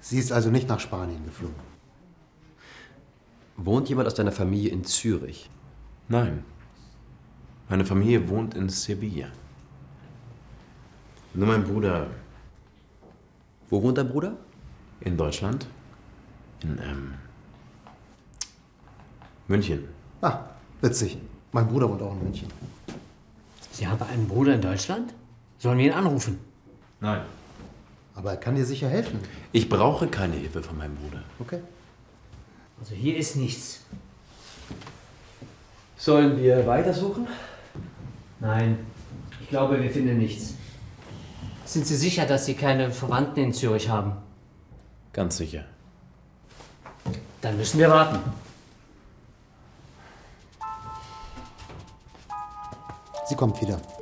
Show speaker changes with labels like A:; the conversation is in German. A: Sie ist also nicht nach Spanien geflogen.
B: Wohnt jemand aus deiner Familie in Zürich?
C: Nein. Meine Familie wohnt in Sevilla. Nur mein Bruder
B: Wo wohnt dein Bruder?
C: in Deutschland. In ähm, München.
A: Ah, witzig. Mein Bruder wohnt auch in München.
D: Sie haben einen Bruder in Deutschland? Sollen wir ihn anrufen?
C: Nein.
A: Aber er kann dir sicher helfen.
C: Ich brauche keine Hilfe von meinem Bruder.
A: Okay.
D: Also hier ist nichts.
B: Sollen wir weitersuchen?
D: Nein, ich glaube, wir finden nichts. Sind Sie sicher, dass Sie keine Verwandten in Zürich haben?
C: Ganz sicher.
D: Dann müssen wir warten.
A: Sie kommt wieder.